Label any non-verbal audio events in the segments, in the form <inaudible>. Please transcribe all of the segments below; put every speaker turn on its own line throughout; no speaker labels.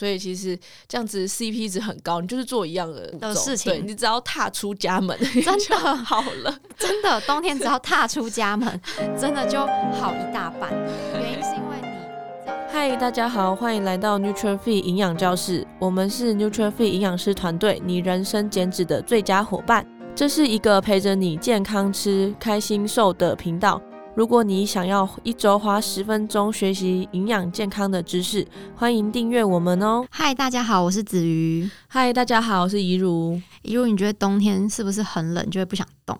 所以其实这样子 CP 值很高，你就是做一样的
的事情
对你只要踏出家门 <laughs>
的
就好了。
真的，冬天只要踏出家 <laughs> 门，真的就好一大半。原因是因为你只要
嗨，大家好，欢迎来到 Nutrify 营养教室，我们是 Nutrify 营养师团队，你人生减脂的最佳伙伴。这是一个陪着你健康吃、开心瘦的频道。如果你想要一周花十分钟学习营养健康的知识，欢迎订阅我们哦。
嗨，大家好，我是子瑜。
嗨，大家好，我是怡如。
一路你觉得冬天是不是很冷，就会不想动，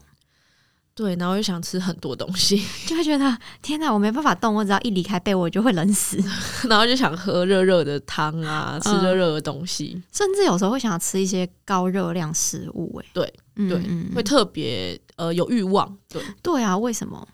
对，然后又想吃很多东西，
就会觉得天哪，我没办法动，我只要一离开被窝我就会冷 <laughs> 死，
<laughs> 然后就想喝热热的汤啊，吃
嗯
热热的东西，
甚至有时候会想要吃一些高热量食物、哎，
对
嗯，
对
嗯
会特别呃有欲望。对，
对啊，为什么？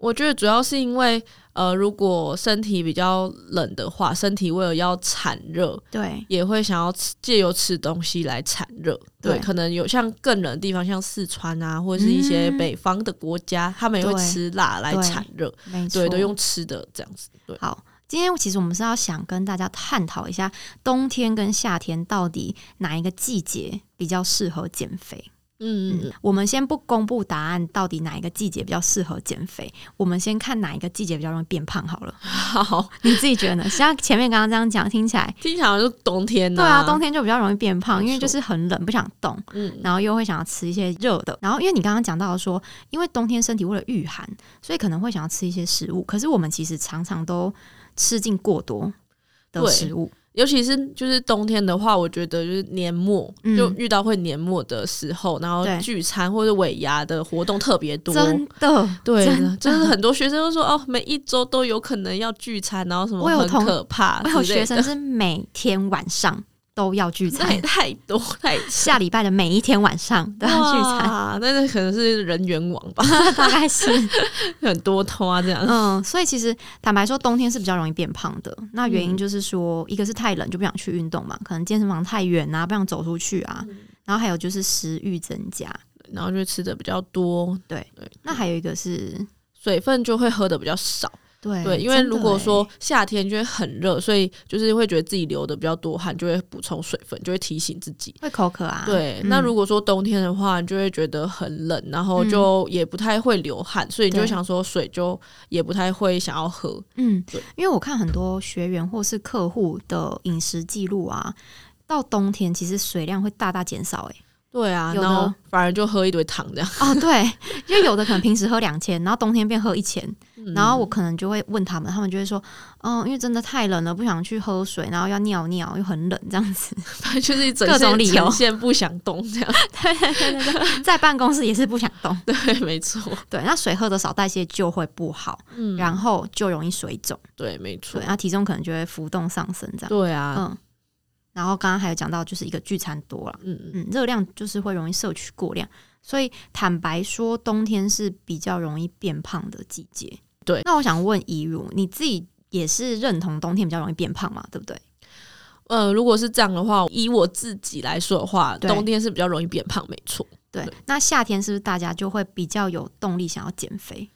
我觉得主要是因为呃，如果身体比较冷的话，身体为了要产热，
对，
也会想要吃借由吃东西来产热。对，
对
可能有像更冷的地方，像四川啊，或者是一些
嗯
北方的国家，他们也会
对
吃辣来
对
产热。
没错，
对，都用吃的这样子。对，
好，今天其实我们是要想跟大家探讨一下，冬天跟夏天到底哪一个季节比较适合减肥？
嗯嗯
嗯，我们先不公布答案，到底哪一个季节比较适合减肥？我们先看哪一个季节比较容易变胖好了。
嗯， <laughs> 好，
你自己觉得呢？ <laughs> 像前面刚刚这样讲，听起来。
听起来好像是冬天
对啊，冬天就比较容易变胖，
没
因为就
错
是很冷，不想动，
嗯，
然后又会想要吃一些热的。然后因为你刚刚讲到说，因为冬天身体为了御寒，所以可能会想要吃一些食物。可是我们其实常常都吃进过多的
对
食物，
尤其是就是冬天的话，我觉得就是年末、
嗯
就遇到会年末的时候，然后
对
聚餐或者尾牙的活动特别多。啊
真的。
对
真的，
就是很多学生都说哦，每一周都有可能要聚餐，然后什么
我有
很
同
可怕
我
之类的，
有学生是每天晚上都要聚
<laughs> 那也
餐，
太多太
下礼拜的每一天晚上都要聚餐，
餐，那那可能是人员网吧， <laughs>
<laughs> 大概是
很多拖这样。
嗯，所以其实坦白说，冬天是比较容易变胖的。那原
嗯
因就是说，一个是太冷就不想去运动嘛，可能健身房太远啊，不想走出去啊，
嗯
然后还有就是食欲增加，
然后就吃的比较多，
那还有一个是
水分就会喝的比较少。
对
对，因为
真的
如果
欸
说夏天就会很热，所以就是会觉得自己流的比较多汗，就会补充水分，就会提醒自己。
会口渴啊，
对，
嗯
那如果说冬天的话，你就会觉得很冷，然后就也不太会流汗，所以你就会
对
想说水就也不太会想要喝。
嗯
对，
因为我看很多学员或是客户的饮食记录啊，到冬天其实水量会大大减少、欸，
对啊，
有的
然后反而就喝一堆糖这样。
<laughs> 哦，对，因为有的可能平时喝两千，然后冬天变喝一千，
嗯
然后我可能就会问他们，他们就会说，嗯，因为真的太冷了，不想去喝水，然后要尿尿，又很冷这样子。
反正就是一整
各种
线
理由
呈现不想动这样。 <laughs>
对对对对对，在办公室也是不想动。
对，没错，
对，那水喝的少，代谢就会不好，
嗯，
然后就容易水肿，
对，没错
对，，啊那体重可能就会浮动上升这样。
对啊，
嗯，然后刚刚还有讲到，就是一个聚餐多了，
嗯，
嗯，热量就是会容易摄取过量，所以坦白说，冬天是比较容易变胖的季节。
对
那我想问怡如，你自己也是认同冬天比较容易变胖嘛？对不对？
呃，如果是这样的话，以我自己来说的话，
对
冬天是比较容易变胖，没错。
对，
对
那夏天是不是大家就会比较有动力想要减肥？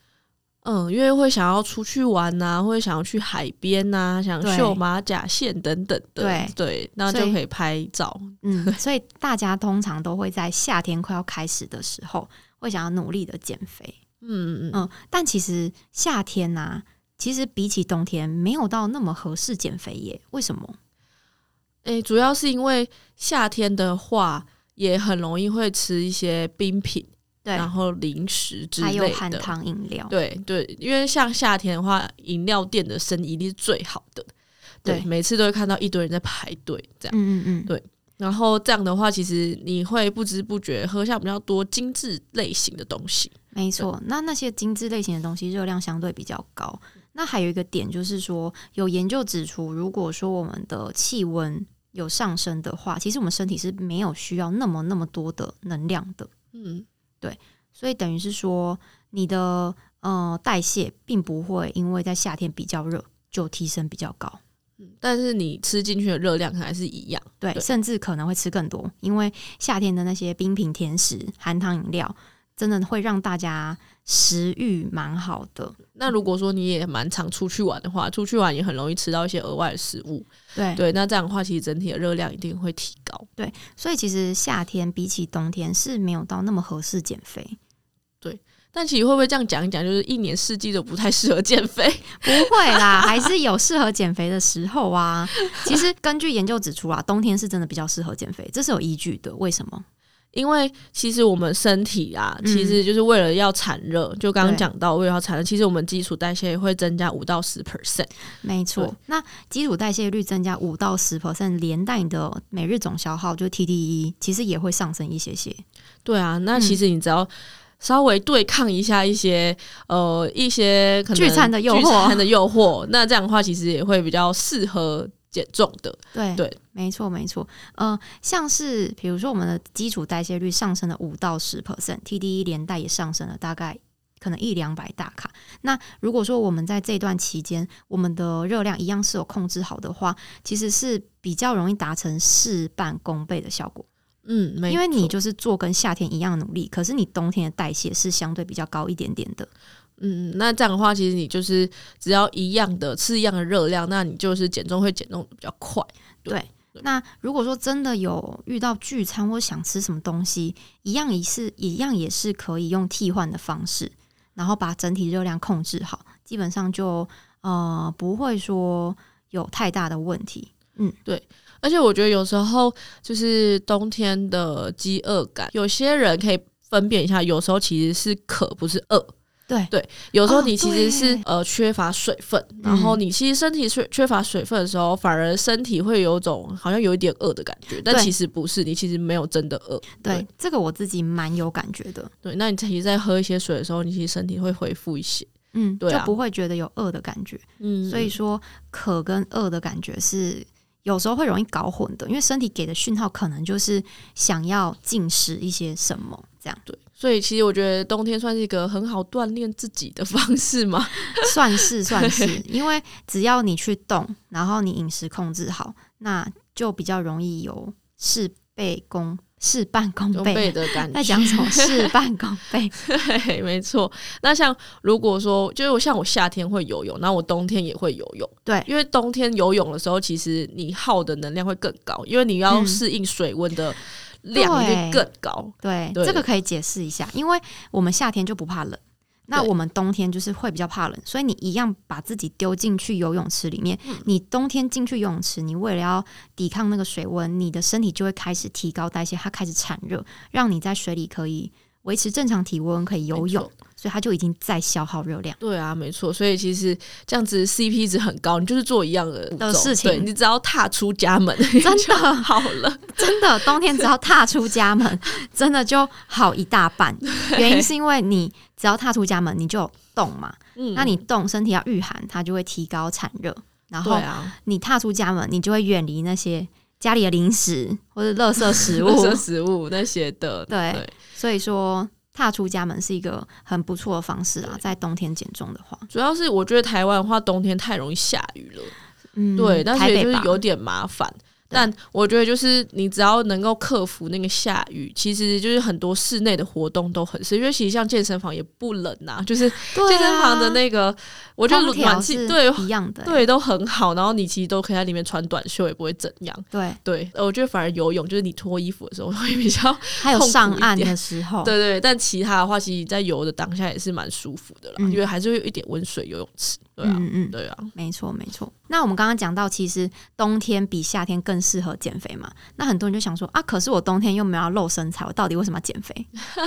嗯，因为会想要出去玩呐、或者想要去海边呐、想
对
秀马甲线等等的，
对
那
所以
就可以拍照。
嗯，所以大家通常都会在夏天快要开始的时候，会想要努力的减肥。
嗯嗯嗯，
嗯，但其实夏天呐、啊其实比起冬天，没有到那么合适减肥耶。为什么？
诶、主要是因为夏天的话，也很容易会吃一些冰品，
对，
然后零食啊之
还有
类
含
的。
糖饮料。
对对，因为像夏天的话，饮料店的生意一定是最好的。对，
对
每次都会看到一堆人在排队这样。
嗯嗯嗯，
对然后这样的话，其实你会不知不觉喝下比较多精致类型的东西。
没错。那那些精致类型的东西热量相对比较高。那还有一个点就是说，有研究指出，如果说我们的气温有上升的话，其实我们身体是没有需要那么那么多的能量的。
嗯，
所以等于是说，你的呃代谢并不会因为在夏天比较热就提升比较高，
但是你吃进去的热量还是一样。
对，
对
甚至可能会吃更多，因为夏天的那些冰品、甜食、含糖饮料真的会让大家食欲蛮好的。
那如果说你也蛮常出去玩的话，出去玩也很容易吃到一些额外的食物。
对
对，那这样的话，其实整体的热量一定会提高。
所以其实夏天比起冬天是没有到那么合适减肥，
但其实会不会这样讲一讲，就是一年四季都不太适合减肥？ <laughs>
不会 <laughs> 啦，还是有适合减肥的时候啊。其实根据研究指出啊，冬天是真的比较适合减肥，这是有依据的。为什么？
因为其实我们身体啊，
嗯
其实就是为了要产热，就刚刚
对
讲到为了要产热，其实我们基础代谢会增加五到十 percent。
没错
对，
那基础代谢率增加五到十 percent，连带你的每日总消耗就 TDE 其实也会上升一些些。
对啊，
嗯
那其实你只要稍微对抗一下一些呃一些可能
聚餐的诱惑
聚餐的诱惑， <laughs> 那这样的话其实也会比较适合减重的。
对
对，
没错没错。呃，像是比如说我们的基础代谢率上升了五到十 percent，TDE E 连带也上升了大概。可能一两百大卡。那如果说我们在这段期间，我们的热量一样是有控制好的话，其实是比较容易达成事半功倍的效果。
嗯，没
因为你
错
就是做跟夏天一样的努力，可是你冬天的代谢是相对比较高一点点的。
嗯，那这样的话，其实你就是只要一样的吃一样的热量，那你就是减重会减重比较快。
对，那如果说真的有遇到聚餐或想吃什么东西，一样也是一样也是可以用替换的方式，然后把整体热量控制好，基本上就呃不会说有太大的问题。
而且我觉得有时候就是冬天的饥饿感，有些人可以分辨一下，有时候其实是渴不是饿。
对
对，有时候
哦
你其实是、
对嗯
呃缺乏水分，然后你其实身体缺缺乏水分的时候，反而身体会有种好像有一点饿的感觉，但
对
其实不是，你其实没有真的饿。
对，
对
这个我自己蛮有感觉的，
对，那你其实在喝一些水的时候，你其实身体会恢复一些。
嗯，
对啊
就不会觉得有饿的感觉。
嗯
所以说渴跟饿的感觉是有时候会容易搞混的，因为身体给的讯号可能就是想要进食一些什么这样。
对，所以其实我觉得冬天算是一个很好锻炼自己的方式嘛。
算是算是，因为只要你去动，然后你饮食控制好，那就比较容易有事倍功事半功
用
倍。
背的感觉，
嗯在
<laughs>
讲什么？事半功倍。
对，没错。那像如果说，就是我像我夏天会游泳，那我冬天也会游泳。
对
因为冬天游泳的时候，其实你耗的能量会更高，因为你要
嗯
适应水温的量一定
对
更高。
对，
对
这个可以解释一下，因为我们夏天就不怕冷，那
对
我们冬天就是会比较怕冷，所以你一样把自己丢进去游泳池里面。
嗯
你冬天进去游泳池，你为了要抵抗那个水温，你的身体就会开始提高代谢，它开始产热，让你在水里可以维持正常体温，可以游泳
没，
所以它就已经在消耗热量。
对啊，没错。所以其实这样子 CP 值很高，你就是做一样的步
的
骤
事情
对你只要踏出家门， <laughs> 真
的
好了。
真的，冬天只要踏出家门， <laughs> 真的就好一大半。
<laughs>
原因是因为你只要踏出家门，你就有动嘛。
嗯
那你动，身体要御寒，它就会提高产热。然
对
后
啊，
你踏出家门，你就会远离那些家里的零食或者垃圾 <laughs> 食
<laughs> 垃
物。
圾食物那些的，
对
对
所以说，踏出家门是一个很不错的方式啊，
对
在冬天减重的话，
主要是我觉得台湾的话，冬天太容易下雨了。
嗯，
对，但
台
是也
北
就是
吧
有点麻烦。但我觉得就是你只要能够克服那个下雨，其实就是很多室内的活动都很适，因为其实像健身房也不冷呐、 <laughs> 就是
对啊
健身房的那个，我觉得
空调
暖气
是
对 <laughs>
一样的欸、
对都很好，然后你其实都可以在里面穿短袖也不会怎样。
对，
对，呃我觉得反而游泳就是你脱衣服的时候会比
<laughs>
较，
还有
痛苦
上
一
岸
点
的时候，
对对，但其他的话，其实在游的当下也是蛮舒服的啦，
嗯
因为还是会有一点温水游泳池。对啊，
嗯嗯，
对啊，
没错，没错。那我们刚刚讲到，其实冬天比夏天更适合减肥嘛。那很多人就想说啊，可是我冬天又没有要露身材，我到底为什么要减
<laughs>
肥？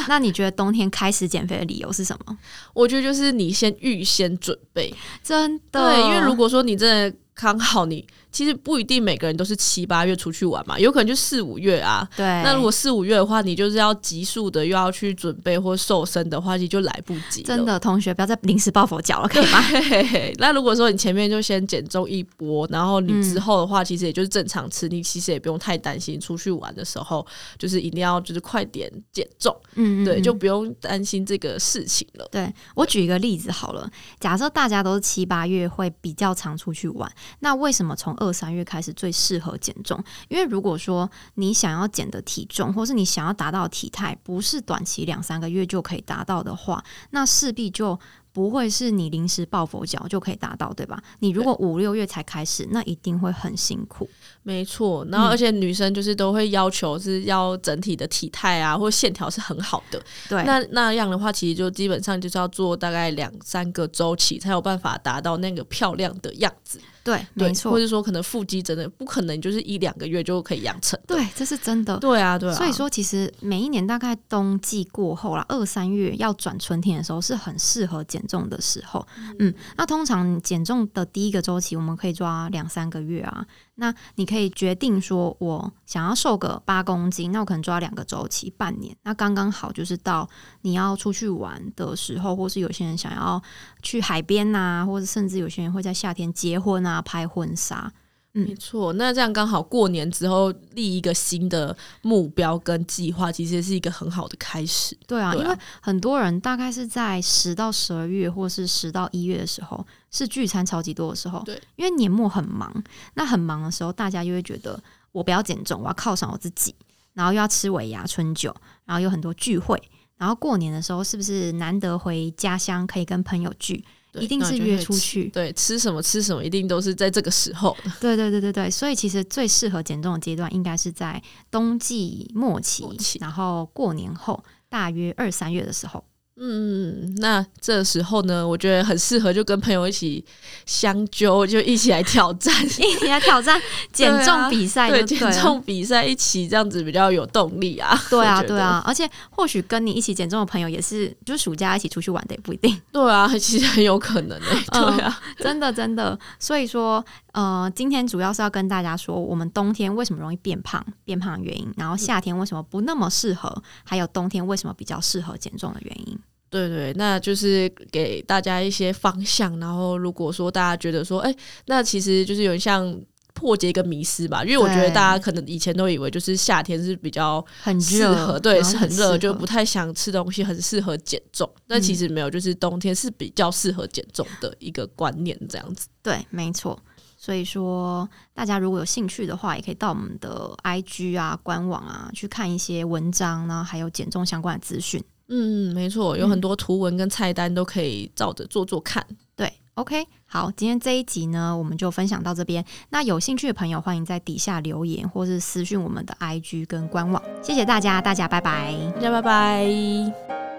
那你觉得冬天开始减肥的理由是什么？
我觉得就是你先预先准备，
真的，
对，因为如果说你真的刚好你，其实不一定每个人都是七八月出去玩嘛，有可能就四五月啊。
对，
那如果四五月的话，你就是要急速的又要去准备或瘦身的话，其实就来不及了。
真的同学不要再临时抱佛脚了，可以吗？
<laughs> 嘿嘿嘿，那如果说你前面就先减重一波，然后你
嗯
之后的话，其实也就是正常吃，你其实也不用太担心出去玩的时候，就是一定要就是快点减重，
嗯，嗯
对，
嗯
就不用担心这个事情了。
对我举一个例子好了，假设大家都是七八月会比较常出去玩，那为什么从二二三月开始最适合减重，因为如果说你想要减的体重，或是你想要达到的体态，不是短期两三个月就可以达到的话，那势必就。不会是你临时抱佛脚就可以达到，对吧？你如果五六月才开始，那一定会很辛苦。
没错，然后
嗯
而且女生就是都会要求是要整体的体态啊，或线条是很好的。
对，
那那样的话，其实就基本上就是要做大概两三个周期，才有办法达到那个漂亮的样子。
对，
对
没
或
错，
者说可能腹肌真的不可能就是一两个月就可以养成的。
对，这是真的。
对啊，对啊。
所以说，其实每一年大概冬季过后啦，二三月要转春天的时候，是很适合减重的时候。嗯，那通常减重的第一个周期，我们可以抓两三个月啊。那你可以决定说，我想要瘦个八公斤，那我可能抓两个周期，半年，那刚刚好就是到你要出去玩的时候，或是有些人想要去海边呐、或者甚至有些人会在夏天结婚啊，拍婚纱。嗯
没错，那这样刚好过年之后立一个新的目标跟计划，其实是一个很好的开始。
对啊，
对啊
因为很多人大概是在十到十二月，或是十到一月的时候，是聚餐超级多的时候。
对，
因为年末很忙，那很忙的时候，大家就会觉得我不要减重，我要犒赏我自己，然后又要吃尾牙、春酒，然后有很多聚会，然后过年的时候是不是难得回家乡可以跟朋友聚？
对
一定是约
那就
出。去
会吃。对，吃什么吃什么，一定都是在这个时候。
<laughs> 对对对对对，所以其实最适合减重的阶段应该是在冬季末期，
末期
然后过年后大约二三月的时候。
嗯，那这时候呢，我觉得很适合就跟朋友一起相揪，就一起来挑战。
<laughs> 一起来挑战减重比赛
对，
就对
减
啊了，
重比赛一起这样子比较有动力啊！ <laughs>
对啊
我觉得
对，啊，而且或许跟你一起减重的朋友也是，就是暑假一起出去玩的也不一
<laughs>
定，
对啊，其实很有可能的、
<laughs> 嗯
对啊，
真的真的。所以说，呃，今天主要是要跟大家说，我们冬天为什么容易变胖，变胖的原因，然后夏天为什么不那么适合，还有冬天为什么比较适合减重的原因。
对对，那就是给大家一些方向。然后如果说大家觉得说，哎，那其实就是有点像。破解一个迷思吧，因为我觉得
对
大家可能以前都以为就是夏天是比较
很
适合，
热，
对，
然后
是很
适
热，
合
就不太想吃东西，很适合减重。但其实没有，就是冬天是比较适合减重的一个观念，这样子。
对，没错。所以说，大家如果有兴趣的话，也可以到我们的 IG 啊、官网啊去看一些文章呢、还有减重相关的资讯。
嗯，没错，有很多图文跟菜单都可以照着做做看。
对，OK，好，今天这一集呢，我们就分享到这边。那有兴趣的朋友，欢迎在底下留言或是私讯我们的 IG 跟官网。谢谢大家，大家拜拜。
大家拜拜。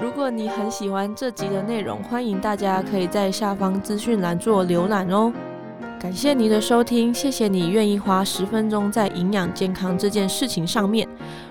如果你很喜欢这集的内容，欢迎大家可以在下方资讯栏做浏览哦。感谢你的收听，谢谢你愿意花十分钟在营养健康这件事情上面。